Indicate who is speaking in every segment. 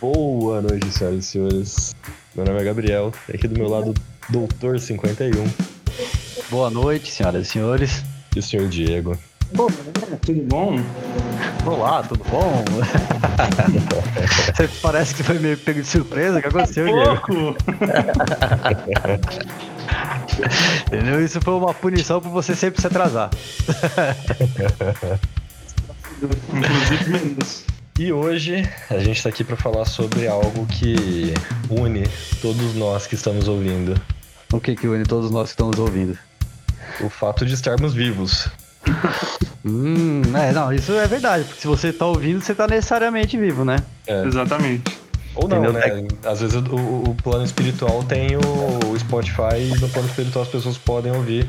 Speaker 1: Boa noite, senhoras e senhores. Meu nome é Gabriel, e aqui do meu lado, Doutor 51
Speaker 2: Boa noite, senhoras e senhores.
Speaker 1: e o senhor Diego.
Speaker 3: Bom, tudo bom?
Speaker 2: Olá, tudo bom? Você parece que foi meio pego de surpresa. O que aconteceu, Diego? Entendeu? Isso foi uma punição por você sempre se atrasar.
Speaker 3: Inclusive menos.
Speaker 1: E hoje a gente tá aqui pra falar sobre algo que une todos nós que estamos ouvindo:
Speaker 2: O que que une todos nós que estamos ouvindo?
Speaker 1: o fato de estarmos vivos.
Speaker 2: Hum, é, não, isso é verdade. Porque se você tá ouvindo, você tá necessariamente vivo, né?
Speaker 1: É.
Speaker 3: Exatamente.
Speaker 1: Ou não,
Speaker 2: Entendeu?
Speaker 1: né? Às vezes o- o, o plano espiritual tem o, o Spotify e no plano espiritual as pessoas podem ouvir.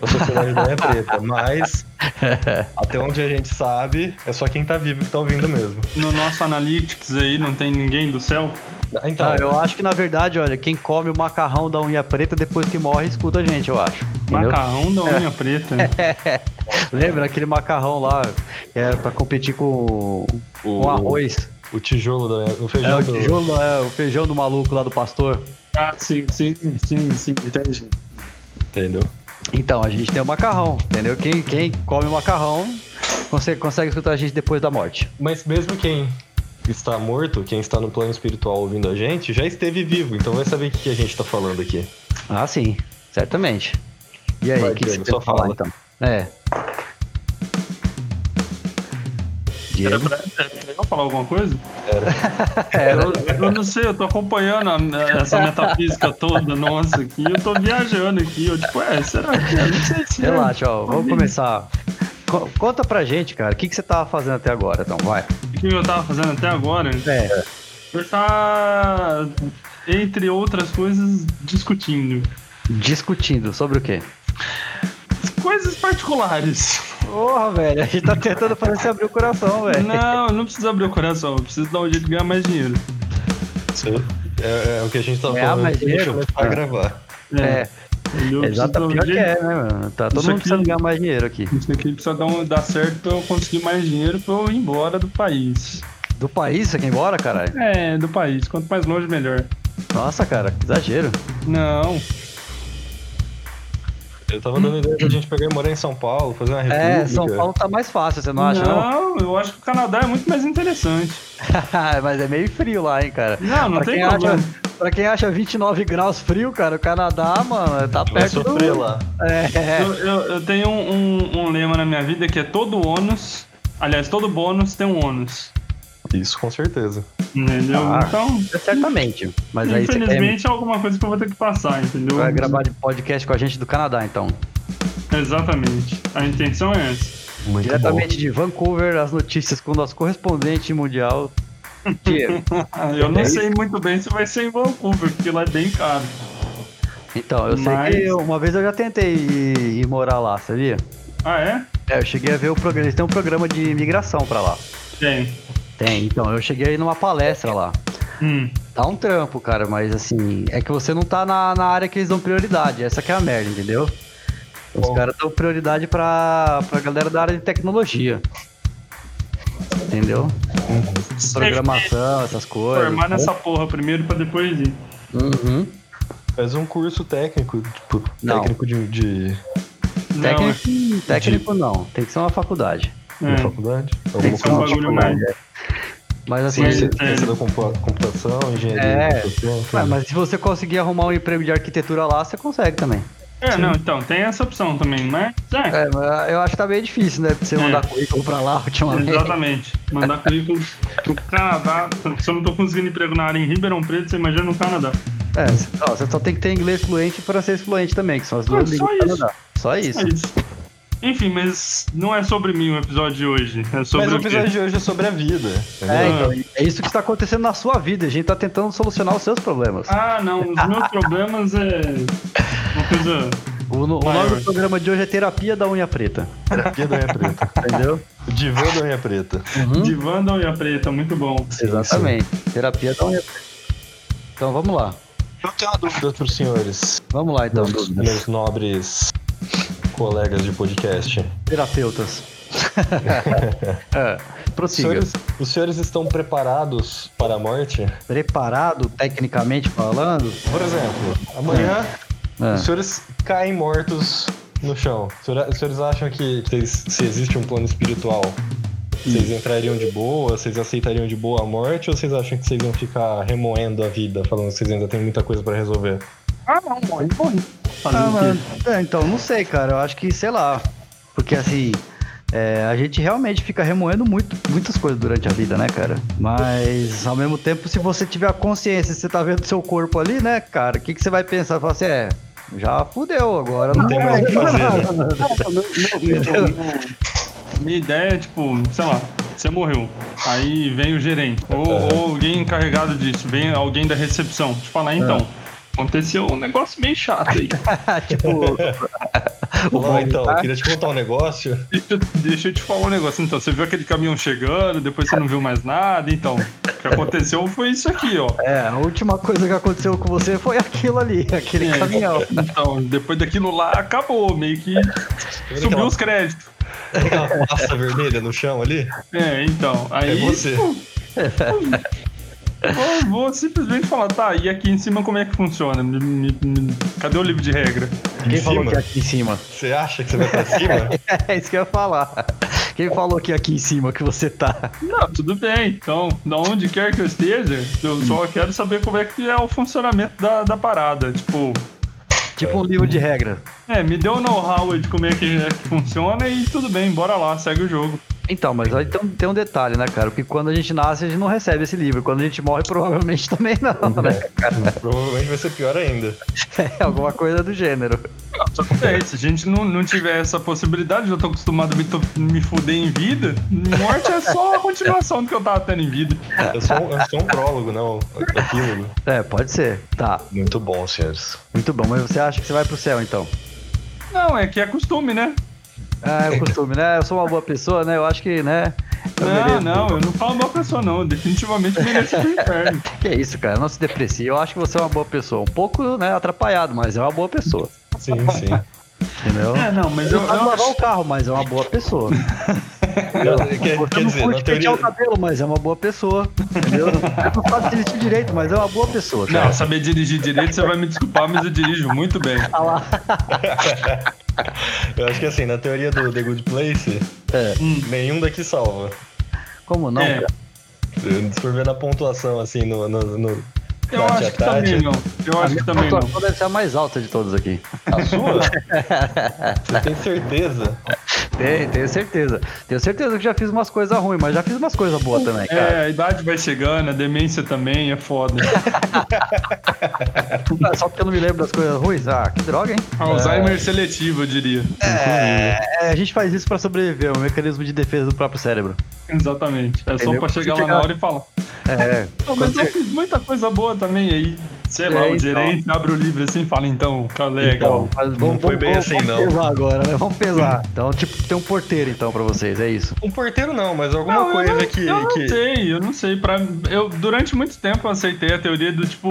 Speaker 1: A sociedade não é preta, mas até onde a gente sabe, é só quem tá vivo que tá ouvindo mesmo.
Speaker 3: No nosso Analytics aí não tem ninguém do céu?
Speaker 1: Então,
Speaker 2: Ah, eu acho que na verdade, olha, quem come o macarrão da unha preta depois que morre, escuta a gente, eu acho. Entendeu? É.
Speaker 3: Macarrão da unha preta.
Speaker 2: Lembra aquele macarrão lá que era pra competir com, com
Speaker 1: O-
Speaker 2: arroz?
Speaker 1: o tijolo da. O
Speaker 2: É
Speaker 1: feijão
Speaker 2: o
Speaker 1: do-
Speaker 2: tijolo, é o feijão do maluco lá do pastor.
Speaker 3: Ah, sim, sim, sim, sim, entendi.
Speaker 1: Entendeu?
Speaker 2: Então, a gente tem o macarrão, entendeu? Quem, quem come o macarrão consegue, consegue escutar a gente depois da morte.
Speaker 1: Mas mesmo quem está morto, quem está no plano espiritual ouvindo a gente, já esteve vivo, então vai saber o que que a gente tá falando aqui.
Speaker 2: Ah, sim, certamente. E aí,
Speaker 1: Vai,
Speaker 2: o que, que
Speaker 1: Diego,
Speaker 2: você
Speaker 1: só
Speaker 2: quer falar
Speaker 1: fala.
Speaker 2: então? É.
Speaker 3: Era
Speaker 2: Diego?
Speaker 3: pra, era pra eu falar alguma coisa? É,
Speaker 2: Era.
Speaker 3: Eu, eu não sei, eu tô acompanhando a- essa metafísica toda nossa aqui, eu tô viajando aqui. Eu tipo, é, será que é? Não sei se é.
Speaker 2: Relaxa, ó, vamos começar. Co- conta pra gente, cara, o que, que você tava fazendo até agora, então, vai.
Speaker 3: O que eu tava fazendo até agora?
Speaker 2: É.
Speaker 3: Eu tava, entre outras coisas, discutindo.
Speaker 2: Discutindo sobre o quê?
Speaker 3: Coisas particulares.
Speaker 2: Porra, velho, a gente tá tentando fazer você abrir o coração, velho.
Speaker 3: Não, eu não preciso abrir o coração, eu preciso dar um jeito de ganhar mais dinheiro.
Speaker 1: Isso é, é o que a gente tá
Speaker 2: É,
Speaker 1: falando
Speaker 2: mas
Speaker 1: antes de
Speaker 2: dinheiro-
Speaker 1: começar a gravar.
Speaker 2: É,
Speaker 3: entendeu? Eu preciso dar
Speaker 2: exatamente
Speaker 3: um
Speaker 2: pior que
Speaker 3: jeito-
Speaker 2: é, né, mano? Tá todo
Speaker 3: Isso
Speaker 2: mundo
Speaker 3: aqui-
Speaker 2: precisando ganhar mais dinheiro aqui.
Speaker 3: Isso aqui precisa dar, um, dar certo pra eu conseguir mais dinheiro pra eu ir embora do país.
Speaker 2: Do país, você quer ir embora, caralho?
Speaker 3: É, do país. Quanto mais longe, melhor.
Speaker 2: Nossa, cara, que exagero.
Speaker 3: Não.
Speaker 1: Eu tava dando ideia pra gente pegar e morar em São Paulo, fazer uma república.
Speaker 2: É, São Paulo tá mais fácil, você não acha, não?
Speaker 3: não, eu acho que o Canadá é muito mais interessante.
Speaker 2: Mas é meio frio lá, hein, cara.
Speaker 3: Não, não
Speaker 2: pra,
Speaker 3: tem né?
Speaker 2: quem
Speaker 3: problema.
Speaker 2: acha, pra quem acha 29 graus frio, cara, o Canadá, mano, tá
Speaker 1: Vai
Speaker 2: perto
Speaker 1: sofrer
Speaker 2: do...
Speaker 1: lá.
Speaker 2: É,
Speaker 3: Eu, eu- eu tenho um, um- um lema na minha vida que é todo ônus. Aliás, todo bônus tem um ônus.
Speaker 1: Isso, com certeza.
Speaker 3: Entendeu?
Speaker 2: Ah,
Speaker 3: então,
Speaker 2: certamente. Mas aí você quer...
Speaker 3: infelizmente é alguma coisa que eu vou ter que passar, entendeu?
Speaker 2: Vai gravar de podcast com a gente do Canadá, então.
Speaker 3: Exatamente. A intenção é essa.
Speaker 1: Muito
Speaker 2: Diretamente de Vancouver, as notícias com o nosso correspondente mundial, Diego.
Speaker 3: Ah, Eu não
Speaker 2: É
Speaker 3: sei muito bem se vai ser em Vancouver, porque lá é bem caro.
Speaker 2: Então, eu sei
Speaker 3: Mas-
Speaker 2: que eu- uma vez eu já tentei ir, ir morar lá, sabia?
Speaker 3: Ah, é?
Speaker 2: É, eu cheguei a ver o programa. Eles têm um programa de imigração pra lá.
Speaker 3: Tem.
Speaker 2: Tem, então, eu cheguei numa palestra lá.
Speaker 3: Hum.
Speaker 2: Dá um trampo, cara, mas assim, é que você não tá na, na área que eles dão prioridade. Essa que é a merda, entendeu? Os
Speaker 1: Bom.
Speaker 2: caras dão prioridade pra, pra galera da área de tecnologia. Entendeu? Programação, essas coisas.
Speaker 1: então.
Speaker 3: Formar nessa porra primeiro pra depois ir.
Speaker 2: Uhum.
Speaker 1: Faz um curso técnico, tipo,
Speaker 2: Não.
Speaker 1: técnico de, de,
Speaker 3: Não,
Speaker 2: Técnico, técnico não, tem que ser uma faculdade.
Speaker 1: de
Speaker 3: é.
Speaker 1: faculdade.
Speaker 2: Tem
Speaker 1: Alguma
Speaker 2: que ser
Speaker 3: um
Speaker 2: uma
Speaker 1: coisa tipo,
Speaker 3: bagulho
Speaker 2: faculdade. é. Mas assim,
Speaker 3: Sim,
Speaker 1: de
Speaker 3: sim.
Speaker 2: você-
Speaker 1: ciência da compu- computação, engenharia
Speaker 2: É.
Speaker 1: da computação.
Speaker 2: Ué, mas se você conseguir arrumar um emprego de arquitetura lá, você consegue também.
Speaker 3: É, não, então, tem essa opção também, mas. É,
Speaker 2: É, mas eu acho que tá meio difícil, né? Pra você
Speaker 3: É.
Speaker 2: mandar currículo pra lá ultimamente.
Speaker 3: exatamente. Mandar currículo pro Canadá. Se eu não tô conseguindo emprego na área em Ribeirão Preto, você imagina no Canadá.
Speaker 2: É, ó, você só tem que ter inglês fluente e francês fluente também, que são as duas
Speaker 3: Mas
Speaker 2: línguas
Speaker 3: só
Speaker 2: do
Speaker 3: isso.
Speaker 2: Canadá. Só
Speaker 3: É
Speaker 2: isso.
Speaker 3: isso. Enfim, mas não é sobre mim o episódio de hoje. É sobre
Speaker 1: Mas o
Speaker 3: o quê?
Speaker 1: episódio de hoje é sobre a vida. entendeu?
Speaker 2: É, então, é isso que está acontecendo na sua vida. A gente tá tentando solucionar os seus problemas.
Speaker 3: Ah, não, os meus problemas é. Uma coisa.
Speaker 2: O, no- o
Speaker 3: maior.
Speaker 2: nome do programa de hoje é Terapia da Unha Preta.
Speaker 1: Terapia da Unha Preta.
Speaker 2: Entendeu?
Speaker 1: O divã da Unha Preta.
Speaker 2: Uhum.
Speaker 3: De Vandal e a Preta, muito bom.
Speaker 2: Exatamente. Terapia da Unha Preta. Então vamos lá.
Speaker 1: Eu tenho uma dúvida para os senhores,
Speaker 2: Vamos lá então,
Speaker 1: meus, meus nobres colegas de podcast.
Speaker 2: terapeutas. É. prossiga.
Speaker 1: Senhores- os senhores estão preparados para a morte?
Speaker 2: Preparado, tecnicamente falando?
Speaker 1: Por exemplo, amanhã
Speaker 2: Ah.
Speaker 1: os senhores caem mortos no chão. Os senhora- Os senhores acham que vocês- se existe um plano espiritual, vocês entrariam de boa? Vocês aceitariam de boa a morte? Ou vocês acham que vocês vão ficar remoendo a vida, falando que vocês ainda têm muita coisa pra resolver?
Speaker 3: Ah, não, morre, morre.
Speaker 2: Ah,
Speaker 3: Fazendo o
Speaker 2: mano,
Speaker 3: quê?
Speaker 2: é, então, não sei, cara. Eu acho que, sei lá. Porque assim, é, a gente realmente fica remoendo muito, muitas coisas durante a vida, né, cara? Mas ao mesmo tempo, se você tiver a consciência, você tá vendo seu corpo ali, né, cara? O que, que você vai pensar? Falar assim, é, já fudeu agora. Não,
Speaker 1: Não tem
Speaker 2: vai.
Speaker 1: mais o que fazer, né?
Speaker 3: Meu- meu- Minha ideia é, tipo, sei lá, você morreu. Aí vem o gerente. Ou,
Speaker 1: Aham.
Speaker 3: ou alguém encarregado disso. Vem alguém da recepção. Te falar, então. Aconteceu um negócio meio chato aí.
Speaker 2: tipo, o
Speaker 1: Ó,
Speaker 3: tá?
Speaker 1: então, eu
Speaker 2: vomitar.
Speaker 1: queria te contar um negócio.
Speaker 3: Deixa, eu- deixa eu te falar um negócio. Então, você viu aquele caminhão chegando, depois você não viu mais nada. Então, o que aconteceu foi isso aqui, ó.
Speaker 2: É, a última coisa que aconteceu com você foi aquilo ali, aquele
Speaker 3: É.
Speaker 2: caminhão.
Speaker 3: Então, depois daquilo lá, acabou. Meio que
Speaker 1: Vendo
Speaker 3: subiu
Speaker 1: aquela-
Speaker 3: os créditos.
Speaker 1: Aquela massa vermelha no chão ali?
Speaker 3: É, então. Aí.
Speaker 1: É você.
Speaker 3: pô, pô, Vou, vou simplesmente falar, tá, e aqui em cima como é que funciona? Me- me- me- cadê o livro de regra?
Speaker 1: Em
Speaker 2: Quem falou
Speaker 1: cima?
Speaker 2: que é aqui em cima?
Speaker 1: Você acha que você vai pra cima?
Speaker 2: É isso que eu ia falar. Quem falou que é aqui em cima que você tá?
Speaker 3: Não, tudo bem. Então, da onde quer que eu esteja, eu só quero saber como é que é o funcionamento da, da parada. Tipo,
Speaker 2: Tipo um livro de regra.
Speaker 3: é, me deu o know-how aí de como é que, é que funciona e tudo bem, bora lá, segue o jogo.
Speaker 2: Então, mas aí tem, um- tem um detalhe, né, cara? Porque quando a gente nasce, a gente não recebe esse livro. Quando a gente morre, provavelmente também não, né?
Speaker 1: Provavelmente vai ser pior ainda.
Speaker 2: É alguma coisa do gênero.
Speaker 3: Não, Só que é isso, se a gente não, não tiver essa possibilidade, eu tô acostumado a me, to- me fuder em vida, morte é só a continuação do que eu tava tendo em vida.
Speaker 1: Eu sou, um- eu sou um prólogo, não. um Epílogo.
Speaker 2: É, pode ser. Tá,
Speaker 1: Muito bom, senhores.
Speaker 2: muito bom. Mas você acha que você vai pro céu, então?
Speaker 3: Não, é que é costume, né?
Speaker 2: Ah, é o costume, né? Eu sou uma boa pessoa, né? Eu acho que, né? Eu
Speaker 3: Não,
Speaker 2: mereço.
Speaker 3: não, eu não falo mal pessoa, não. Eu definitivamente mereço o inferno.
Speaker 2: Que isso, cara? Não se deprecie. Eu acho que você é uma boa pessoa. Um pouco, né, atrapalhado, mas é uma boa pessoa.
Speaker 1: Sim, sim.
Speaker 2: Entendeu?
Speaker 3: É, não, mas eu,
Speaker 2: Não sabe
Speaker 3: eu
Speaker 2: lavar
Speaker 3: acho.
Speaker 2: o carro, mas é uma boa pessoa.
Speaker 1: quer,
Speaker 2: Você
Speaker 1: quer
Speaker 2: não
Speaker 1: dizer, na
Speaker 2: curte pentear
Speaker 1: teoria.
Speaker 2: o cabelo, mas é uma boa pessoa. Entendeu? Você não é sabe dirigir direito, mas é uma boa pessoa. Cara.
Speaker 3: Não, saber dirigir direito, você vai me desculpar, mas eu dirijo muito bem.
Speaker 2: Ah lá.
Speaker 1: Eu acho que assim, na teoria do The Good Place,
Speaker 2: É.
Speaker 3: Hum,
Speaker 1: nenhum daqui salva.
Speaker 2: Como não,
Speaker 3: É.
Speaker 2: cara?
Speaker 1: Se for ver na pontuação, assim, no. no, no
Speaker 3: Eu acho que também não. Eu acho que também não.
Speaker 2: pontuação deve ser é a mais alta de todos aqui.
Speaker 1: A sua? Você tem certeza?
Speaker 2: Tem, tenho certeza. Tenho certeza que já fiz umas coisas ruins, mas já fiz umas coisas boas também, cara.
Speaker 3: É, a idade vai chegando, a demência também é foda.
Speaker 2: tá- Só porque eu não me lembro das coisas ruins. Ah, que droga, hein?
Speaker 3: Alzheimer seletivo, eu diria.
Speaker 2: É, é, a gente faz isso pra sobreviver, é um mecanismo de defesa do próprio cérebro.
Speaker 3: Exatamente. É só
Speaker 2: Entendeu?
Speaker 3: pra chegar lá na hora e falar.
Speaker 2: É,
Speaker 3: Não, mas eu fiz muita coisa boa também aí. Sei lá,
Speaker 2: É,
Speaker 3: o
Speaker 2: então.
Speaker 3: gerente abre o livro assim e fala, então, colega.
Speaker 1: Então.
Speaker 2: mas
Speaker 1: Não foi bem assim,
Speaker 2: vamos
Speaker 1: não.
Speaker 2: pesar agora, né? Vamos pesar. Então, tipo, tem um porteiro então pra vocês, é isso.
Speaker 1: Um porteiro não, mas alguma
Speaker 3: eu
Speaker 1: coisa
Speaker 3: não-
Speaker 1: que.
Speaker 3: Eu não
Speaker 1: que...
Speaker 3: sei, eu não sei. Pra, eu, durante muito tempo eu aceitei a teoria do tipo,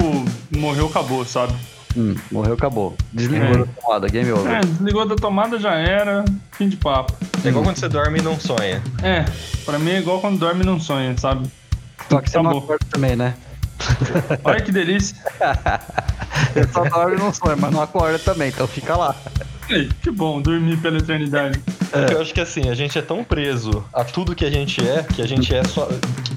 Speaker 3: morreu, acabou, sabe?
Speaker 2: Hum, morreu, acabou. Desligou
Speaker 3: É.
Speaker 2: da tomada, game over.
Speaker 3: É, desligou da tomada, já era, fim de papo.
Speaker 1: É igual quando você dorme e não sonha.
Speaker 3: É, pra mim é igual quando dorme e não sonha, sabe?
Speaker 2: Só que você não
Speaker 3: Acabou.
Speaker 2: acorda também, né?
Speaker 3: Olha que delícia.
Speaker 2: Você só dorme e não sonha, mas não acorda também, então fica lá.
Speaker 3: Ei, que bom, dormir pela eternidade.
Speaker 1: Porque eu acho que assim, a gente é tão preso a tudo que a gente é, que a gente é só.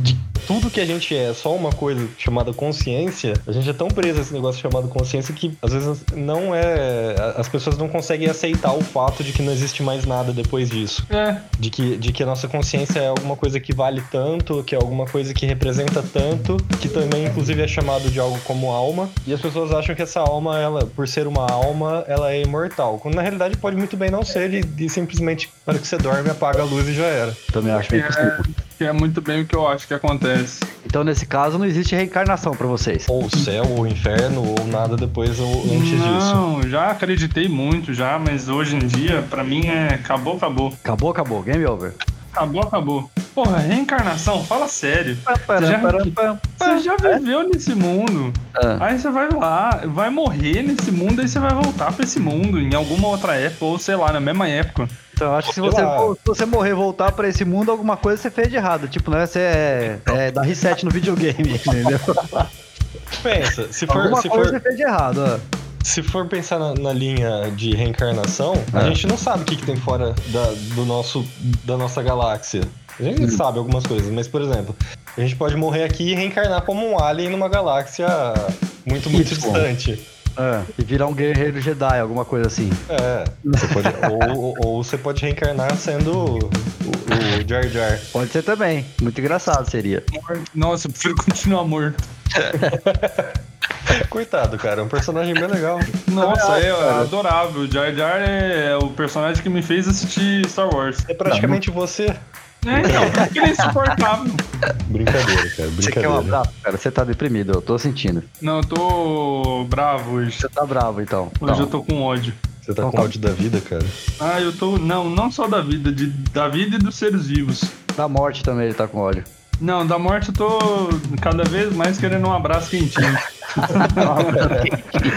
Speaker 1: De tudo que a gente é, só uma coisa chamada consciência, a gente é tão preso a esse negócio chamado consciência que às vezes não é. a- As pessoas não conseguem aceitar o fato de que não existe mais nada depois disso.
Speaker 3: É,
Speaker 1: De que, de que a nossa consciência é alguma coisa que vale tanto, que é alguma coisa que representa tanto, que também, inclusive, é chamado de algo como alma. E as pessoas acham que essa alma, ela, por ser uma alma, ela é imortal. Quando na realidade pode muito bem não ser, e, e simplesmente, na hora que você dorme, apaga a luz e já era.
Speaker 2: Também acho bem possível.
Speaker 3: que é muito bem o que eu acho que acontece.
Speaker 2: Então, nesse caso, não existe reencarnação pra vocês.
Speaker 1: Ou o céu, ou o inferno, ou nada depois ou antes disso.
Speaker 3: não, já acreditei muito já, mas hoje em dia, pra mim é acabou, acabou.
Speaker 2: Acabou, acabou, game over.
Speaker 3: Acabou, acabou. Porra, reencarnação, fala sério. Já-
Speaker 1: Ah,
Speaker 3: Você já
Speaker 1: é?
Speaker 3: viveu nesse mundo.
Speaker 2: Ah,
Speaker 3: Aí você vai lá, vai morrer nesse mundo, aí você vai voltar pra esse mundo em alguma outra época, ou sei lá, na mesma época.
Speaker 2: Então, eu acho que se
Speaker 1: Sei
Speaker 2: você,
Speaker 1: lá.
Speaker 2: vo- se você morrer e voltar pra esse mundo, alguma coisa você fez de errado. Tipo, né? Você é, é dar reset no videogame, entendeu?
Speaker 1: Pensa, se for,
Speaker 2: alguma
Speaker 1: se
Speaker 2: coisa
Speaker 1: for,
Speaker 2: você fez de errado, ó.
Speaker 1: se for pensar na, na linha de reencarnação, a
Speaker 2: Ah.
Speaker 1: gente não sabe o que, que tem fora da, do nosso, da nossa galáxia. A gente sabe algumas coisas, mas, por exemplo, a gente pode morrer aqui e reencarnar como um alien numa galáxia muito, muito
Speaker 2: Y.
Speaker 1: distante.
Speaker 2: É, E virar um guerreiro Jedi, alguma coisa assim.
Speaker 1: É, você pode, ou, ou- ou você pode reencarnar sendo o, o- o Jar Jar.
Speaker 2: Pode ser também. Muito engraçado seria.
Speaker 3: Nossa, eu prefiro continuar morto.
Speaker 1: Coitado, cara, é um personagem bem legal.
Speaker 3: Nossa, é, adorável. O Jar Jar é o personagem que me fez assistir Star Wars.
Speaker 1: É praticamente você.
Speaker 3: É, então, por que ele é insuportável.
Speaker 1: Brincadeira, cara,
Speaker 2: Você quer um
Speaker 1: brincadeira.
Speaker 2: abraço, cara? Você tá deprimido, eu tô sentindo.
Speaker 3: Não, eu tô bravo hoje.
Speaker 2: Você tá bravo, então.
Speaker 3: Hoje
Speaker 2: Então,
Speaker 3: eu tô com ódio.
Speaker 1: Você tá com áudio da vida, cara.
Speaker 3: Ah, eu tô. Não, não só da vida, de, da vida e dos seres vivos.
Speaker 2: Da morte também ele tá com óleo.
Speaker 3: Não, da morte eu tô cada vez mais querendo um abraço quentinho.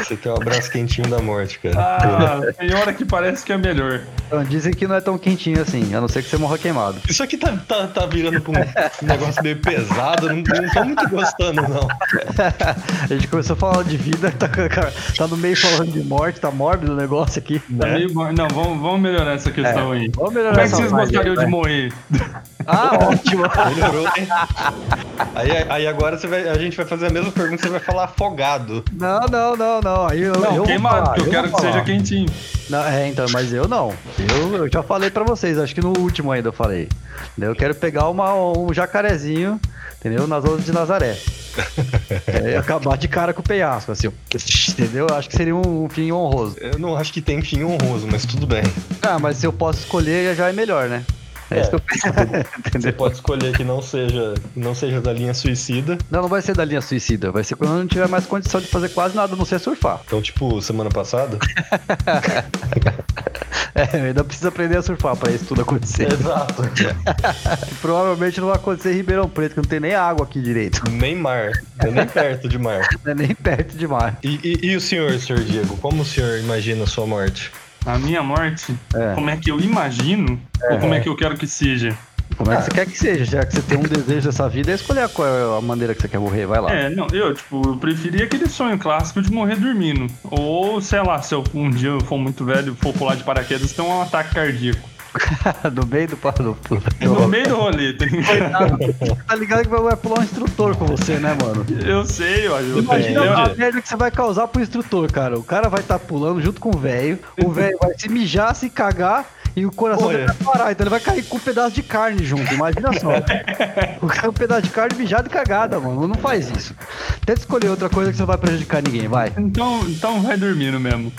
Speaker 1: Você quer um abraço quentinho da morte, cara.
Speaker 3: Ah, tem hora que parece que é melhor.
Speaker 2: Então, dizem que não é tão quentinho assim, a não ser que você morra queimado.
Speaker 1: Isso aqui tá, tá, tá virando pra um negócio meio pesado, não, não tô muito gostando, não.
Speaker 2: A gente começou falando de vida, tá, tá no meio falando de morte, tá mórbido o negócio aqui.
Speaker 3: Tá
Speaker 1: Né?
Speaker 3: meio mor- Não, vamos, vamos melhorar essa questão aí.
Speaker 2: Vamos melhorar
Speaker 3: Como é que
Speaker 2: essa
Speaker 3: vocês
Speaker 2: vibe,
Speaker 3: gostariam né?
Speaker 2: né?
Speaker 3: de morrer?
Speaker 2: Ah, ótimo.
Speaker 1: Melhorou, hein? Aí, aí agora você vai- a gente vai fazer a mesma pergunta, você vai falar afogado.
Speaker 2: Não, não, não, não. Aí eu, eu
Speaker 3: Não,
Speaker 2: vou
Speaker 3: queimado,
Speaker 2: falar,
Speaker 3: porque eu,
Speaker 2: vou
Speaker 3: quero que
Speaker 2: falar.
Speaker 3: seja quentinho.
Speaker 2: Não, é, então, mas eu não. Eu, eu já falei pra vocês, acho que no último ainda eu falei. Eu quero pegar uma, um jacarezinho, entendeu? Nas ondas de Nazaré. É, e acabar de cara com o penhasco, assim. Entendeu? Acho que seria um, um fim honroso.
Speaker 1: Eu não acho que tem fim honroso, mas tudo bem.
Speaker 2: Ah, mas se eu posso escolher, já é melhor, né? É,
Speaker 1: É.
Speaker 2: isso que eu penso.
Speaker 1: Você
Speaker 2: entendeu?
Speaker 1: pode escolher que não seja, que não seja da linha suicida.
Speaker 2: Não, não vai ser da linha suicida. Vai ser quando eu não tiver mais condição de fazer quase nada, a não ser surfar.
Speaker 1: Então, tipo, semana passada.
Speaker 2: É, eu ainda preciso aprender a surfar pra isso tudo acontecer.
Speaker 1: Exato.
Speaker 2: Provavelmente não vai acontecer em Ribeirão Preto, que não tem nem água aqui direito.
Speaker 1: Nem mar. é Nem perto de mar.
Speaker 2: Não é nem perto de mar.
Speaker 1: E, e- e o senhor, senhor Diego? Como o senhor imagina a sua morte?
Speaker 3: A minha morte,
Speaker 2: É.
Speaker 3: como é que eu imagino ou como é que eu quero que seja?
Speaker 2: Como é que você quer que seja? Já que você tem um desejo dessa vida, é escolher qual é a maneira que você quer morrer. Vai lá.
Speaker 3: É, não, eu, tipo, eu preferia aquele sonho clássico de morrer dormindo. Ou, sei lá, se eu, um dia eu for muito velho, for pular de paraquedas, ter um ataque cardíaco.
Speaker 2: no meio do par do pulo.
Speaker 3: No meio do rolê, tá ligado?
Speaker 2: Tá ligado que vai- vai pular um instrutor com você, né, mano?
Speaker 3: Eu sei, ó. Eu
Speaker 2: Imagina
Speaker 1: entendi.
Speaker 2: a merda que você vai causar pro instrutor, cara. O cara vai estar tá pulando junto com o velho, o velho vai se mijar, se cagar e o coração
Speaker 1: Olha.
Speaker 2: dele vai parar. Então ele vai cair com um pedaço de carne junto, imagina só. o cara com um pedaço de carne mijado e cagada, mano. Não faz isso. Tenta escolher outra coisa que você não vai prejudicar ninguém, vai.
Speaker 3: Então, então vai dormindo mesmo.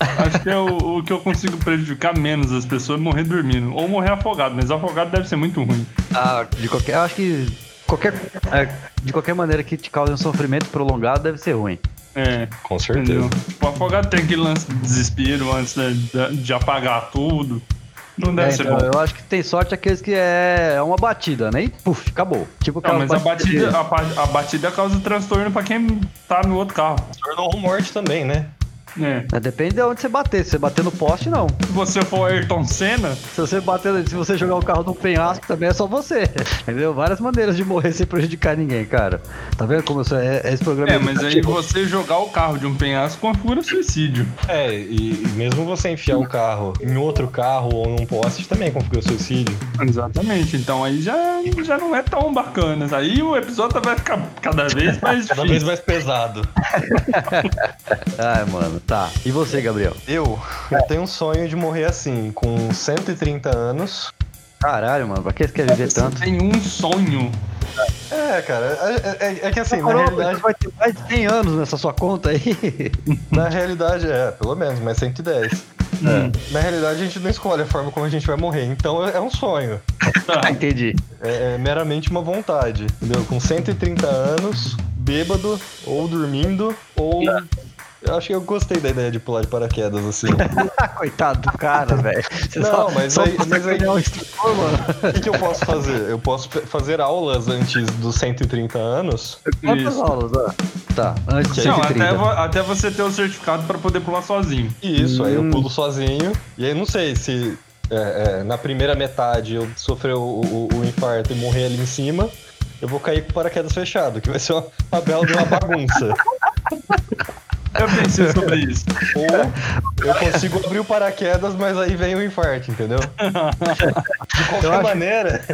Speaker 3: Acho que é o, o que eu consigo prejudicar menos as pessoas é morrer dormindo. Ou morrer afogado, mas afogado deve ser muito ruim.
Speaker 2: Ah, de qualquer. Eu acho que. Qualquer, é, de qualquer maneira que te cause um sofrimento prolongado deve ser ruim.
Speaker 3: É,
Speaker 1: Com
Speaker 3: entendeu? Tipo, afogado tem aquele lance de desespero antes né, de, de apagar tudo. Não deve
Speaker 2: É,
Speaker 3: ser
Speaker 2: então,
Speaker 3: bom.
Speaker 2: eu acho que tem sorte aqueles que é, é uma batida, né? E puf, acabou. Tipo,
Speaker 3: Não,
Speaker 2: aquelas
Speaker 3: mas a
Speaker 2: batidas-
Speaker 3: batida, é a, pa- a batida causa transtorno pra quem tá no outro carro.
Speaker 1: Tornou um morte também, né?
Speaker 3: É.
Speaker 2: É, Depende de onde você bater. Se você bater no poste, não.
Speaker 3: Se você for Ayrton Senna,
Speaker 2: Se você bater, se você jogar o carro num penhasco, também é só você. Entendeu? Várias maneiras de morrer sem prejudicar ninguém, cara. Tá vendo como isso é, é esse programa?
Speaker 3: é, mas aí
Speaker 2: educativo?
Speaker 3: você jogar o carro de um penhasco configura suicídio.
Speaker 1: É, e, e mesmo você enfiar o carro em outro carro ou num poste também configura suicídio.
Speaker 3: Exatamente, então aí já, já não é tão bacana. Aí o episódio vai ficar cada vez mais
Speaker 1: Cada vez
Speaker 3: difícil.
Speaker 1: mais pesado.
Speaker 2: Ai, mano, tá. E você, Gabriel?
Speaker 1: Eu, eu tenho um sonho de morrer assim, com 130 anos.
Speaker 2: Caralho, mano, pra que você quer viver
Speaker 3: Você
Speaker 2: tanto?
Speaker 3: tem um sonho.
Speaker 1: É, cara, é, é- é que assim, na
Speaker 2: Carol, você
Speaker 1: realidade,
Speaker 2: vai ter mais de 100 anos nessa sua conta aí.
Speaker 1: na realidade, é, pelo menos, mas 110.
Speaker 3: Hum.
Speaker 1: É. Na realidade, a gente não escolhe a forma como a gente vai morrer, então é é um sonho.
Speaker 2: Ah,
Speaker 3: Tá.
Speaker 2: entendi.
Speaker 1: É, é meramente uma vontade, entendeu? Com 130 anos, bêbado, ou dormindo, ou. Eu acho que eu gostei da ideia de pular de paraquedas, assim.
Speaker 2: Ah, coitado do cara, velho. Você
Speaker 1: Não, mas aí-
Speaker 2: passa
Speaker 1: mas aí-
Speaker 2: a ganhar um instrutor, mano.
Speaker 1: O que, que eu posso fazer? Eu posso pe- fazer aulas antes dos 130 anos.
Speaker 2: Quantas
Speaker 3: Isso.
Speaker 2: aulas? ó? um Tá, antes de
Speaker 3: Não, até,
Speaker 2: 130.
Speaker 3: vo- até você ter o certificado pra poder pular sozinho.
Speaker 1: E isso, aí eu
Speaker 2: Hum.
Speaker 1: pulo sozinho. E aí não sei se é, é, na primeira metade eu sofrer o, o- o infarto e morrer ali em cima, eu vou cair com o paraquedas fechado, que vai ser uma, uma bela de uma bagunça.
Speaker 3: Eu pensei sobre isso.
Speaker 1: Ou eu consigo abrir o paraquedas, mas aí vem o infarto, entendeu? De qualquer
Speaker 2: acho-
Speaker 1: maneira,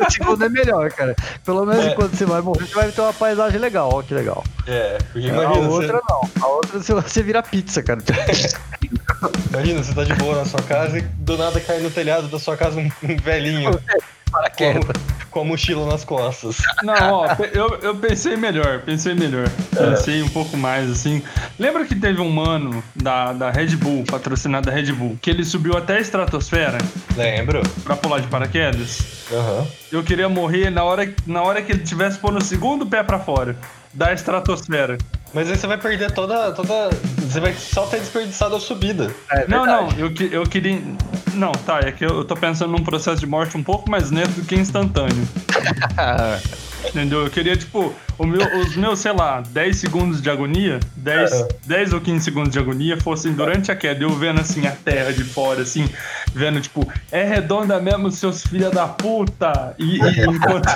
Speaker 2: O segundo é melhor, cara. Pelo menos
Speaker 1: É.
Speaker 2: quando você vai morrer, você vai ter uma paisagem legal, ó, que legal.
Speaker 1: é, porque
Speaker 2: a
Speaker 1: imagina, você-
Speaker 2: outra não. A outra você, você vira pizza, cara. É
Speaker 1: Imagina, você tá de boa na sua casa e do nada cai no telhado da sua casa um, um velhinho com, a,
Speaker 2: Paraquedas.
Speaker 1: mo- com a mochila nas costas.
Speaker 3: Não, ó, pe- eu, eu pensei melhor, pensei melhor. Pensei um pouco mais, assim. Lembra que teve um mano da, da Red Bull, patrocinado da Red Bull, que ele subiu até a estratosfera
Speaker 1: Lembro?
Speaker 3: pra pular de paraquedas?
Speaker 1: Aham.
Speaker 3: Eu queria morrer na hora, na hora que ele tivesse pôr no segundo pé pra fora, da estratosfera.
Speaker 1: Mas aí você vai perder toda. toda. Você vai só ter desperdiçado a subida.
Speaker 2: É
Speaker 3: não, não, eu, que- eu queria. Não, tá, é que eu, eu tô pensando num processo de morte um pouco mais lento do que instantâneo. Entendeu? Eu queria, tipo, o meu- os meus, sei lá, 10 segundos de agonia, 10,
Speaker 1: É.
Speaker 3: 10 ou 15 segundos de agonia fossem durante a queda, eu vendo assim a terra de fora, assim, vendo, tipo, é redonda mesmo, seus filha da puta! E, e enquanto.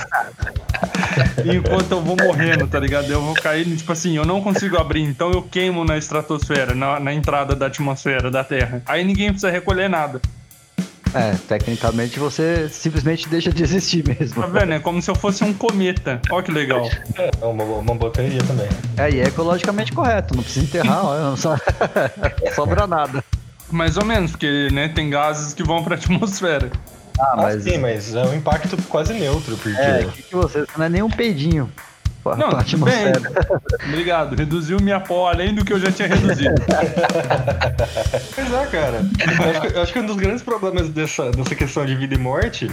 Speaker 3: enquanto eu vou morrendo, tá ligado? Eu vou cair, tipo assim, eu não consigo abrir, então eu queimo na estratosfera, na, na entrada da atmosfera da Terra. Aí ninguém precisa recolher nada.
Speaker 2: É, tecnicamente você simplesmente deixa de existir mesmo.
Speaker 3: Tá vendo? É como se eu fosse um cometa. Ó que legal.
Speaker 1: É, é uma, boa- uma boa teoria também.
Speaker 2: É, e é ecologicamente correto, não precisa enterrar, ó, não so- sobra nada.
Speaker 3: Mais ou menos, porque né, tem gases que vão pra atmosfera.
Speaker 2: Ah,
Speaker 1: Ah,
Speaker 2: mas.
Speaker 1: sim, mas é um impacto quase neutro, porque.
Speaker 2: É, que, que você, você não é nem um peidinho. Pô,
Speaker 3: Não,
Speaker 2: pra
Speaker 3: tudo bem.
Speaker 2: atmosfera.
Speaker 3: Obrigado. Reduziu minha pó além do que eu já tinha reduzido.
Speaker 1: Pois é, cara. Eu acho, que, eu acho que um dos grandes problemas dessa, dessa questão de vida e morte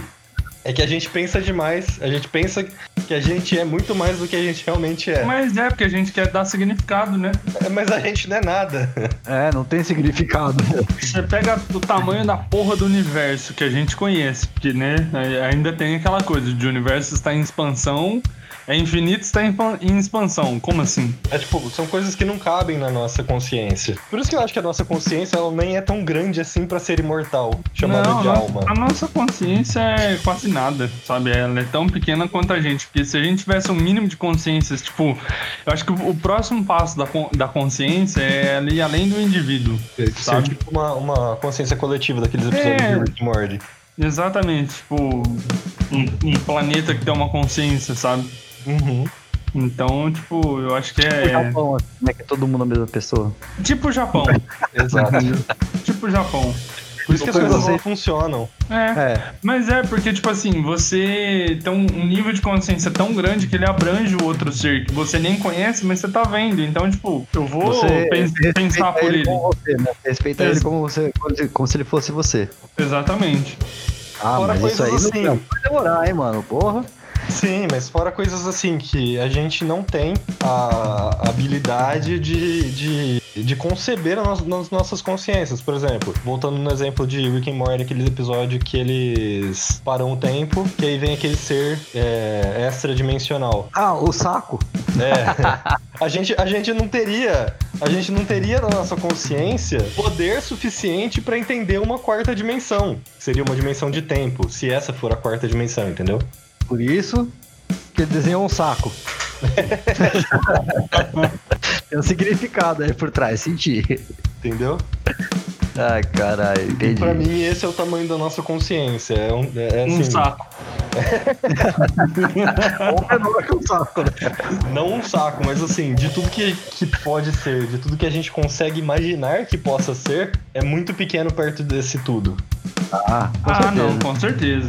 Speaker 1: é que a gente pensa demais. A gente pensa que a gente é muito mais do que a gente realmente é.
Speaker 3: Mas é, porque a gente quer dar significado, né?
Speaker 1: mas a gente não é nada.
Speaker 2: É, não tem significado.
Speaker 3: Você pega o tamanho da porra do universo que a gente conhece, porque, né, ainda tem aquela coisa de o universo está em expansão, é infinito está em pan- em expansão. Como assim?
Speaker 1: É tipo, são coisas que não cabem na nossa consciência. Por isso que eu acho que a nossa consciência ela nem é tão grande assim pra ser imortal, chamada
Speaker 3: não,
Speaker 1: de
Speaker 3: a-
Speaker 1: alma.
Speaker 3: A nossa consciência é quase nada, sabe? Ela é tão pequena quanto a gente. Porque se a gente tivesse um mínimo de consciência, tipo, eu acho que o, o próximo passo da, con- da consciência é ali além do indivíduo.
Speaker 1: Ser
Speaker 3: sabe?
Speaker 1: tipo uma, uma consciência coletiva daqueles episódios
Speaker 3: É.
Speaker 1: de Rick and Morty.
Speaker 3: Exatamente, tipo, um, um planeta que tem uma consciência, sabe?
Speaker 1: Uhum.
Speaker 3: Então, tipo, eu acho que
Speaker 2: O
Speaker 3: é.
Speaker 2: Japão, assim, né, que é todo mundo a mesma pessoa.
Speaker 3: Tipo o Japão.
Speaker 1: Exato.
Speaker 3: tipo o Japão.
Speaker 1: Por isso que as
Speaker 2: Foi
Speaker 1: coisas
Speaker 2: você.
Speaker 1: não funcionam.
Speaker 3: É.
Speaker 2: É,
Speaker 3: Mas é, porque, tipo assim, você tem um um nível de consciência tão grande que ele abrange o outro ser que você nem conhece, mas você tá vendo. Então, tipo, eu vou
Speaker 2: você
Speaker 3: pen-
Speaker 2: respeita
Speaker 3: pensar por ele.
Speaker 2: Como você, né? Você Respeita ele
Speaker 3: Ex-
Speaker 2: como, você, como se- como se ele fosse você.
Speaker 3: Exatamente.
Speaker 2: Ah,
Speaker 1: Fora
Speaker 2: mas isso aí
Speaker 1: coisas
Speaker 2: não-
Speaker 1: assim.
Speaker 2: não vai demorar, hein, mano? Porra.
Speaker 1: Sim, mas fora coisas assim que a gente não tem a habilidade de, de, de conceber nas, nas nossas consciências. Por exemplo, voltando no exemplo de Rick and Morty, aquele episódio que eles param o tempo, que aí vem aquele ser é, extradimensional.
Speaker 2: Ah, o saco.
Speaker 1: É. A gente, a gente não teria, a gente não teria na nossa consciência poder suficiente pra entender uma quarta dimensão. Seria uma dimensão de tempo, se essa for a quarta dimensão, entendeu?
Speaker 2: Por isso que ele desenhou um saco. Tem um significado aí por trás, senti.
Speaker 1: Entendeu?
Speaker 2: Ai, caralho, entendi.
Speaker 1: Pra mim, esse é o tamanho da nossa consciência. É, um, é, é
Speaker 3: Um
Speaker 1: assim,
Speaker 3: saco.
Speaker 2: Ou menor que um saco, né?
Speaker 1: não um saco, mas assim, de tudo que, que pode ser, de tudo que a gente consegue imaginar que possa ser, é muito pequeno perto desse tudo.
Speaker 2: Ah, com
Speaker 3: Ah,
Speaker 2: certeza.
Speaker 3: não, com certeza.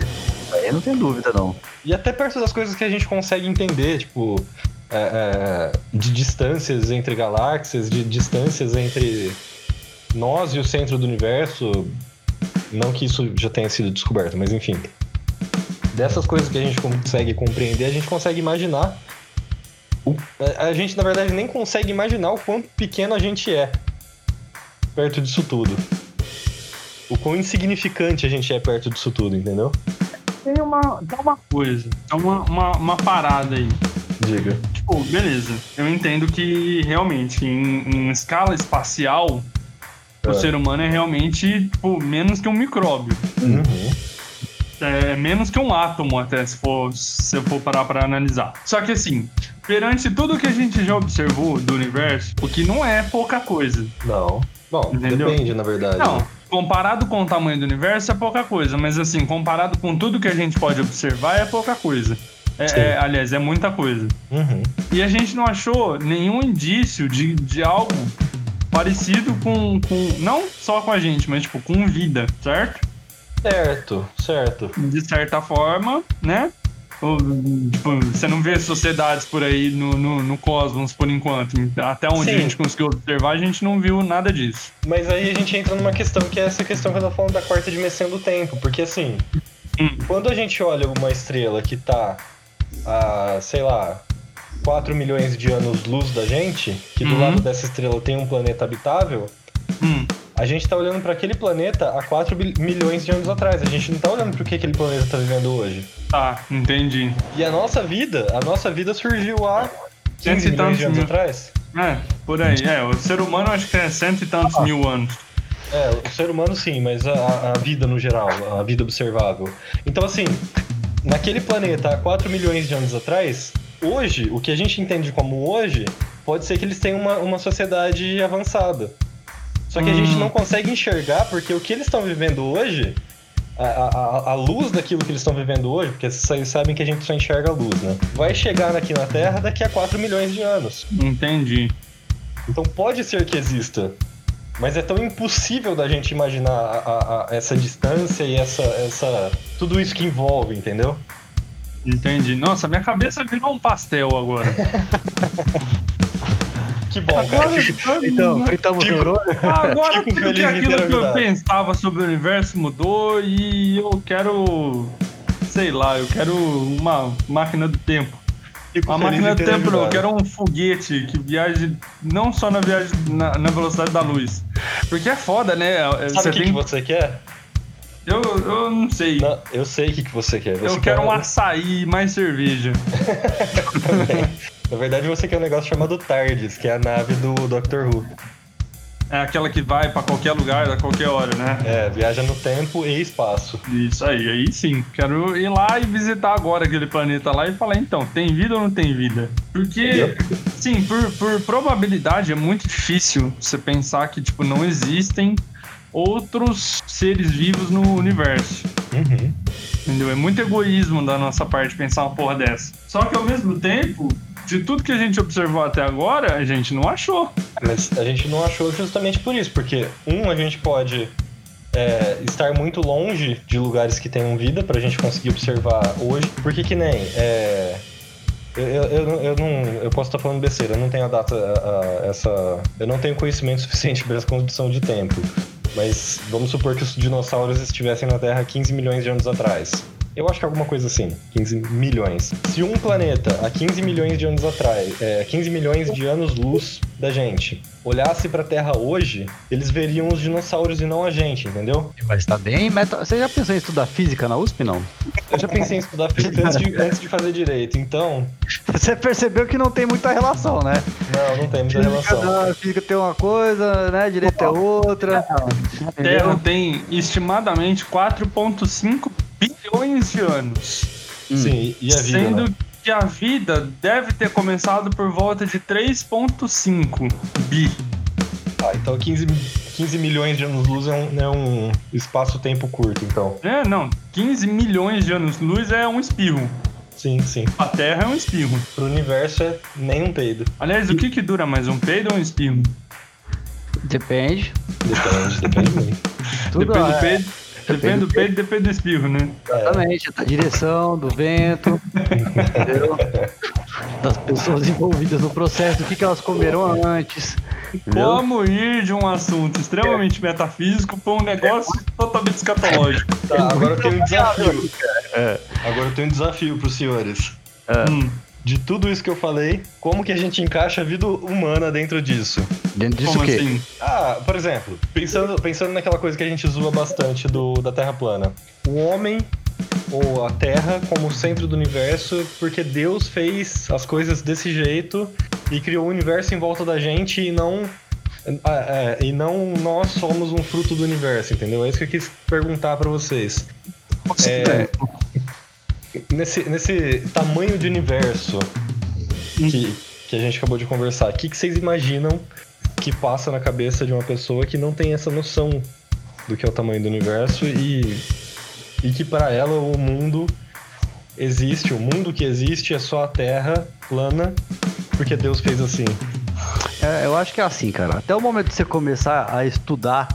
Speaker 2: Aí não tem dúvida, não.
Speaker 1: E até perto das coisas que a gente consegue entender, tipo, é, é, de distâncias entre galáxias, de distâncias entre nós e o centro do universo. Não que isso já tenha sido descoberto, mas enfim. Dessas coisas que a gente consegue compreender, a gente consegue imaginar. o- a- a gente, na verdade, nem consegue imaginar o quão pequeno a gente é perto disso tudo. O quão insignificante a gente é perto disso tudo, entendeu?
Speaker 3: Tem uma, tem uma coisa, tem uma, uma, uma parada aí.
Speaker 1: Diga.
Speaker 3: Tipo, beleza. Eu entendo que realmente, em, em escala espacial, O ser humano é realmente, tipo, menos que um micróbio.
Speaker 1: Uhum.
Speaker 3: É menos que um átomo, até se for, se eu for parar pra analisar. Só que assim, perante tudo que a gente já observou do universo, o que não é pouca coisa.
Speaker 1: Não. Bom,
Speaker 3: Entendeu?
Speaker 1: depende, na verdade.
Speaker 3: Não, comparado com o tamanho do universo é pouca coisa, mas assim, comparado com tudo que a gente pode observar é pouca coisa. É-
Speaker 1: Sim.
Speaker 3: é, aliás, é muita coisa.
Speaker 1: Uhum.
Speaker 3: E a gente não achou nenhum indício de, de algo parecido com, com. Não só com a gente, mas tipo, com vida, certo?
Speaker 1: Certo, certo.
Speaker 3: De certa forma, né? Ou, Tipo, você não vê sociedades por aí no, no, no cosmos por enquanto. Até onde
Speaker 1: Sim.
Speaker 3: a gente conseguiu observar, a gente não viu nada disso.
Speaker 1: Mas aí a gente entra numa questão que é essa questão que eu tô falando da quarta dimensão do tempo, porque assim,
Speaker 3: Hum.
Speaker 1: quando a gente olha uma estrela que tá a, sei lá, 4 milhões de anos-luz da gente, que do
Speaker 3: Uhum.
Speaker 1: lado dessa estrela tem um planeta habitável,
Speaker 3: Hum,
Speaker 1: a gente tá olhando pra aquele planeta há 4 bil- milhões de anos atrás, a gente não tá olhando pro que aquele planeta tá vivendo hoje.
Speaker 3: tá, entendi.
Speaker 1: E a nossa vida, a nossa vida surgiu há 15
Speaker 3: Cento e
Speaker 1: milhões
Speaker 3: tantos
Speaker 1: de anos
Speaker 3: mil.
Speaker 1: atrás.
Speaker 3: É, por aí. É, o ser humano acho que é cento e tantos mil anos.
Speaker 1: É, o ser humano sim, mas a, a vida no geral, a vida observável. Então, assim, naquele planeta há 4 milhões de anos atrás, hoje, o que a gente entende como hoje, pode ser que eles tenham uma, uma sociedade avançada. Só que a gente
Speaker 3: Hum.
Speaker 1: não consegue enxergar porque o que eles estão vivendo hoje, a, a, a- a luz daquilo que eles estão vivendo hoje, porque vocês sabem que a gente só enxerga a luz, né? Vai chegar aqui na Terra daqui a 4 milhões de anos.
Speaker 3: Entendi.
Speaker 1: Então pode ser que exista. Mas é tão impossível da gente imaginar a- a- a- essa distância e essa, essa. Tudo isso que envolve, entendeu?
Speaker 3: Entendi. Nossa, minha cabeça virou um pastel agora.
Speaker 1: Que bom, cara.
Speaker 2: Então,
Speaker 3: né?
Speaker 2: então
Speaker 1: Fico-
Speaker 2: mostrou.
Speaker 3: Agora
Speaker 1: Fico
Speaker 3: tudo
Speaker 1: feliz
Speaker 3: que
Speaker 1: em ter
Speaker 3: aquilo que eu
Speaker 1: ajudado.
Speaker 3: pensava sobre o universo mudou e eu quero. Sei lá, eu quero uma máquina do tempo.
Speaker 1: Fico
Speaker 3: Uma
Speaker 1: feliz
Speaker 3: máquina
Speaker 1: em
Speaker 3: do
Speaker 1: ter
Speaker 3: tempo, não, eu
Speaker 1: ajudado.
Speaker 3: quero um foguete que viaje não só na viagem na, na velocidade da luz. Porque é foda, né?
Speaker 1: Sabe
Speaker 3: Você
Speaker 1: o que,
Speaker 3: tem.
Speaker 1: que você quer?
Speaker 3: Eu, eu não sei.
Speaker 1: Não, é- eu sei o que, que você quer. Você
Speaker 3: eu quero
Speaker 1: quer-
Speaker 3: um açaí e mais cerveja.
Speaker 1: Na verdade, você quer um negócio chamado TARDIS, que é a nave do Doctor Who.
Speaker 3: É aquela que vai pra qualquer lugar, a qualquer hora, né?
Speaker 1: É, viaja no tempo e espaço.
Speaker 3: Isso aí, aí sim. Quero ir lá e visitar agora aquele planeta lá e falar, então, tem vida ou não tem vida? Porque, sim, por, por probabilidade é muito difícil você pensar que, tipo, não existem outros seres vivos no universo.
Speaker 1: Uhum.
Speaker 3: Entendeu? É muito egoísmo da nossa parte pensar uma porra dessa. Só que ao mesmo tempo, de tudo que a gente observou até agora, a gente não achou.
Speaker 1: Mas a gente não achou justamente por isso, porque um a gente pode é, estar muito longe de lugares que tenham vida pra gente conseguir observar hoje. Porque que nem é, eu, eu, eu não- eu não eu posso estar falando besteira, eu não tenho a data a- a- essa eu não tenho conhecimento suficiente sobre essa condição de tempo. Mas vamos supor que os dinossauros estivessem na Terra 15 milhões de anos atrás. Eu acho que é alguma coisa assim, 15 milhões. Se um planeta há 15 milhões de anos atrás, é, 15 milhões de anos-luz da gente, olhasse pra Terra hoje, eles veriam os dinossauros e não a gente, entendeu?
Speaker 2: Mas tá bem meta. Você já pensou em estudar física na USP, não?
Speaker 1: Eu já pensei em estudar física antes de, antes de fazer direito, então.
Speaker 2: Você percebeu que não tem muita relação, né?
Speaker 1: Não, não tem muita
Speaker 2: Física,
Speaker 1: relação.
Speaker 2: não, um, física tem uma coisa, né? Direito é outra.
Speaker 3: Terra
Speaker 2: Entendeu?
Speaker 3: tem estimadamente 4,5 bilhões de anos.
Speaker 2: Hum.
Speaker 1: Sim, e a vida.
Speaker 3: Sendo
Speaker 1: né?
Speaker 3: que a vida deve ter começado por volta de 3.5 bi.
Speaker 1: Ah, então 15, 15 milhões de anos-luz é um, é um espaço-tempo curto, então.
Speaker 3: É, não, 15 milhões de anos-luz é um espirro.
Speaker 1: Sim, sim.
Speaker 3: A Terra é um espirro.
Speaker 1: Pro universo é nem um peido.
Speaker 3: Aliás, o que que dura mais, um peido ou um espirro?
Speaker 2: Depende.
Speaker 1: Depende, depende muito.
Speaker 2: Tudo
Speaker 3: depende do
Speaker 2: é,
Speaker 3: peido, depende do peido, depende do espirro, né?
Speaker 1: É,
Speaker 2: Exatamente, da direção, do vento, entendeu? das pessoas envolvidas no processo, do que, que elas comeram antes. Entendeu?
Speaker 3: Como ir de um assunto extremamente metafísico para um negócio totalmente escatológico?
Speaker 1: tá, agora eu tenho um desafio. Agora eu tenho um desafio pros senhores.
Speaker 2: É.
Speaker 3: Hum,
Speaker 1: de tudo isso que eu falei, como que a gente encaixa a vida humana dentro disso?
Speaker 2: Dentro disso
Speaker 3: como
Speaker 2: o quê?
Speaker 3: assim?
Speaker 1: Ah, por exemplo, pensando, pensando naquela coisa que a gente zoa bastante do, da Terra plana. O homem ou a Terra como centro do universo, porque Deus fez as coisas desse jeito e criou o universo em volta da gente e não É, é, e não nós somos um fruto do universo, entendeu? É isso que eu quis perguntar pra vocês. É, nesse, nesse tamanho de universo que, que a gente acabou de conversar, o que, que vocês imaginam que passa na cabeça de uma pessoa que não tem essa noção do que é o tamanho do universo e, e que para ela o mundo existe, o mundo que existe é só a Terra plana, porque Deus fez assim.
Speaker 2: É, eu acho que é assim, cara. Até o momento que você começar a estudar,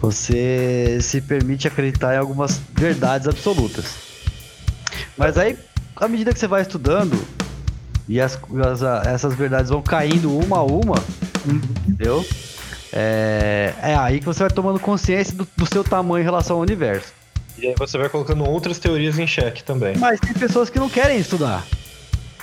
Speaker 2: você se permite acreditar em algumas verdades absolutas. Mas aí, à medida que você vai estudando, e as, as- a- essas verdades vão caindo uma a uma, entendeu? É, é aí que você vai tomando consciência do, do seu tamanho em relação ao universo.
Speaker 1: E aí você vai colocando outras teorias em xeque também.
Speaker 2: Mas tem pessoas que não querem estudar,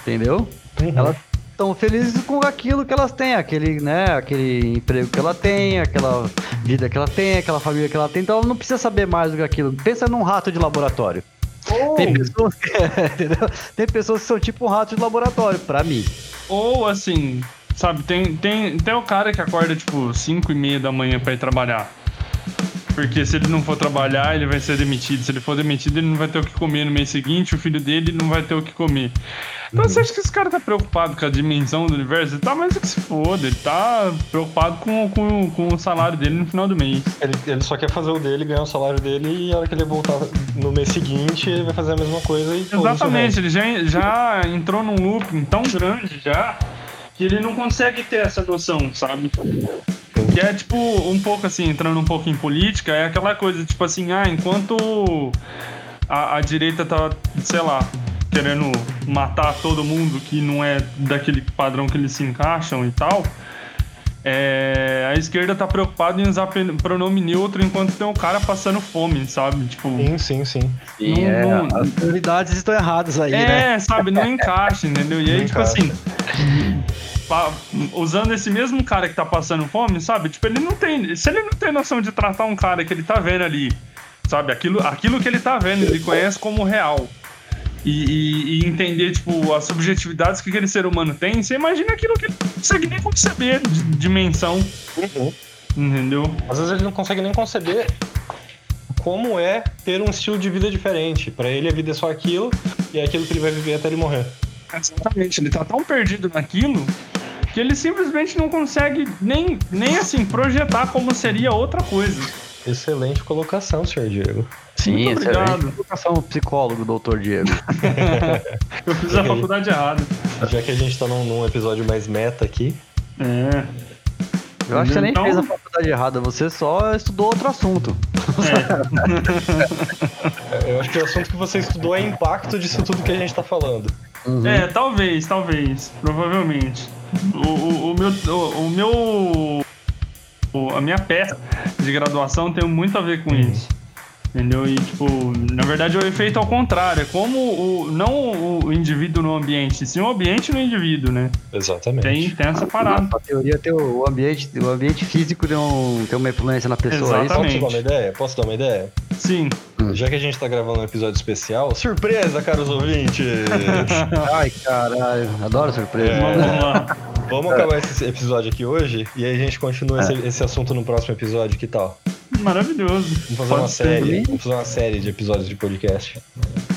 Speaker 2: entendeu?
Speaker 1: Uhum.
Speaker 2: Elas estão felizes com aquilo que elas têm, aquele, né, aquele emprego que ela tem, aquela vida que ela tem, aquela família que ela tem, então ela não precisa saber mais do que aquilo. Pensa num rato de laboratório.
Speaker 3: Ou,
Speaker 2: Tem pessoas, que- entendeu? Tem pessoas que são tipo um rato de laboratório, pra mim.
Speaker 3: ou assim, sabe, tem, tem, tem o cara que acorda tipo 5 e meia da manhã pra ir trabalhar. Porque se ele não for trabalhar, ele vai ser demitido. Se ele for demitido, ele não vai ter o que comer no mês seguinte, o filho dele não vai ter o que comer. Então você acha que esse cara tá preocupado com a dimensão do universo? Ele tá mais é que se foda, ele tá preocupado com, com, com o salário dele no final do mês.
Speaker 1: Ele, ele só quer fazer o dele, ganhar o salário dele e a hora que ele voltar no mês seguinte, ele vai fazer a mesma coisa e.
Speaker 3: Exatamente, ele já, já entrou num looping tão grande já que ele não consegue ter essa noção, sabe? Que é tipo um pouco assim, entrando um pouco em política, é aquela coisa tipo assim, ah, enquanto a, a direita tá, sei lá, querendo matar todo mundo que não é daquele padrão que eles se encaixam e tal. é, a esquerda tá preocupada em usar pen- pronome neutro enquanto tem um cara passando fome, sabe? Tipo,
Speaker 1: Sim, sim, sim.
Speaker 3: Sim, é,
Speaker 2: as prioridades estão erradas aí,
Speaker 3: é,
Speaker 2: né?
Speaker 3: sabe, não encaixa, entendeu? E aí,
Speaker 1: Não
Speaker 3: tipo
Speaker 1: encaixa.
Speaker 3: assim, pa- usando esse mesmo cara que tá passando fome, sabe? Tipo, ele não tem. Se ele não tem noção de tratar um cara que ele tá vendo ali, sabe? Aquilo, aquilo que ele tá vendo, ele conhece como real. E, e- e entender, tipo, as subjetividades que aquele ser humano tem, você imagina aquilo que ele não consegue nem conceber de dimensão, entendeu?
Speaker 1: Às vezes ele não consegue nem conceber como é ter um estilo de vida diferente. Pra ele a vida é só aquilo e é aquilo que ele vai viver até ele morrer.
Speaker 3: Exatamente, ele tá tão perdido naquilo que ele simplesmente não consegue nem, nem assim projetar como seria outra coisa.
Speaker 1: Excelente colocação, senhor Diego.
Speaker 2: Sim,
Speaker 3: Muito
Speaker 2: excelente.
Speaker 3: obrigado.
Speaker 2: Educação psicólogo, doutor Diego.
Speaker 3: Eu fiz a
Speaker 1: Ok.
Speaker 3: faculdade errada.
Speaker 1: Já que a gente tá num, num episódio mais meta aqui,
Speaker 3: É.
Speaker 2: Eu acho que você nem
Speaker 3: Então-
Speaker 2: fez a faculdade errada, você só estudou outro assunto.
Speaker 1: eu acho que o assunto que você estudou é impacto disso tudo que a gente tá falando.
Speaker 3: É, talvez, talvez. Provavelmente. O, o, o meu. O, o meu. o- a minha peça de graduação tem muito a ver com isso. Entendeu? E, tipo, na verdade é o efeito ao contrário. É como o. Não o indivíduo no ambiente, sim o ambiente no indivíduo, né?
Speaker 1: Exatamente.
Speaker 3: Tem, tem essa parada.
Speaker 2: A teoria tem o o ambiente, o ambiente físico tem, um, tem uma influência na pessoa. é
Speaker 1: Posso
Speaker 2: isso?
Speaker 1: te dar uma
Speaker 3: Exatamente.
Speaker 1: ideia? Posso dar uma ideia?
Speaker 3: Sim.
Speaker 1: Já que a gente tá gravando um episódio especial, surpresa, caros ouvintes!
Speaker 2: Ai, caralho, adoro surpresa.
Speaker 3: Vamos lá.
Speaker 1: Vamos acabar esse episódio aqui hoje e aí a gente continua esse,
Speaker 3: É.
Speaker 1: esse assunto no próximo episódio, que tal?
Speaker 3: Maravilhoso.
Speaker 1: Vamos fazer
Speaker 3: Pode
Speaker 1: uma
Speaker 3: ser.
Speaker 1: série.
Speaker 2: também.
Speaker 1: Vamos fazer uma série de episódios de podcast.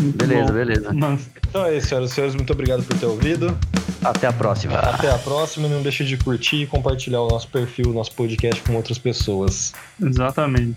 Speaker 2: Beleza,
Speaker 3: Bom.
Speaker 2: beleza.
Speaker 3: Nossa.
Speaker 1: Então é isso, senhoras e senhores. Muito obrigado por ter ouvido.
Speaker 2: Até a próxima.
Speaker 1: Até a próxima. Não deixe de curtir e compartilhar o nosso perfil, o nosso podcast com outras pessoas.
Speaker 3: Exatamente.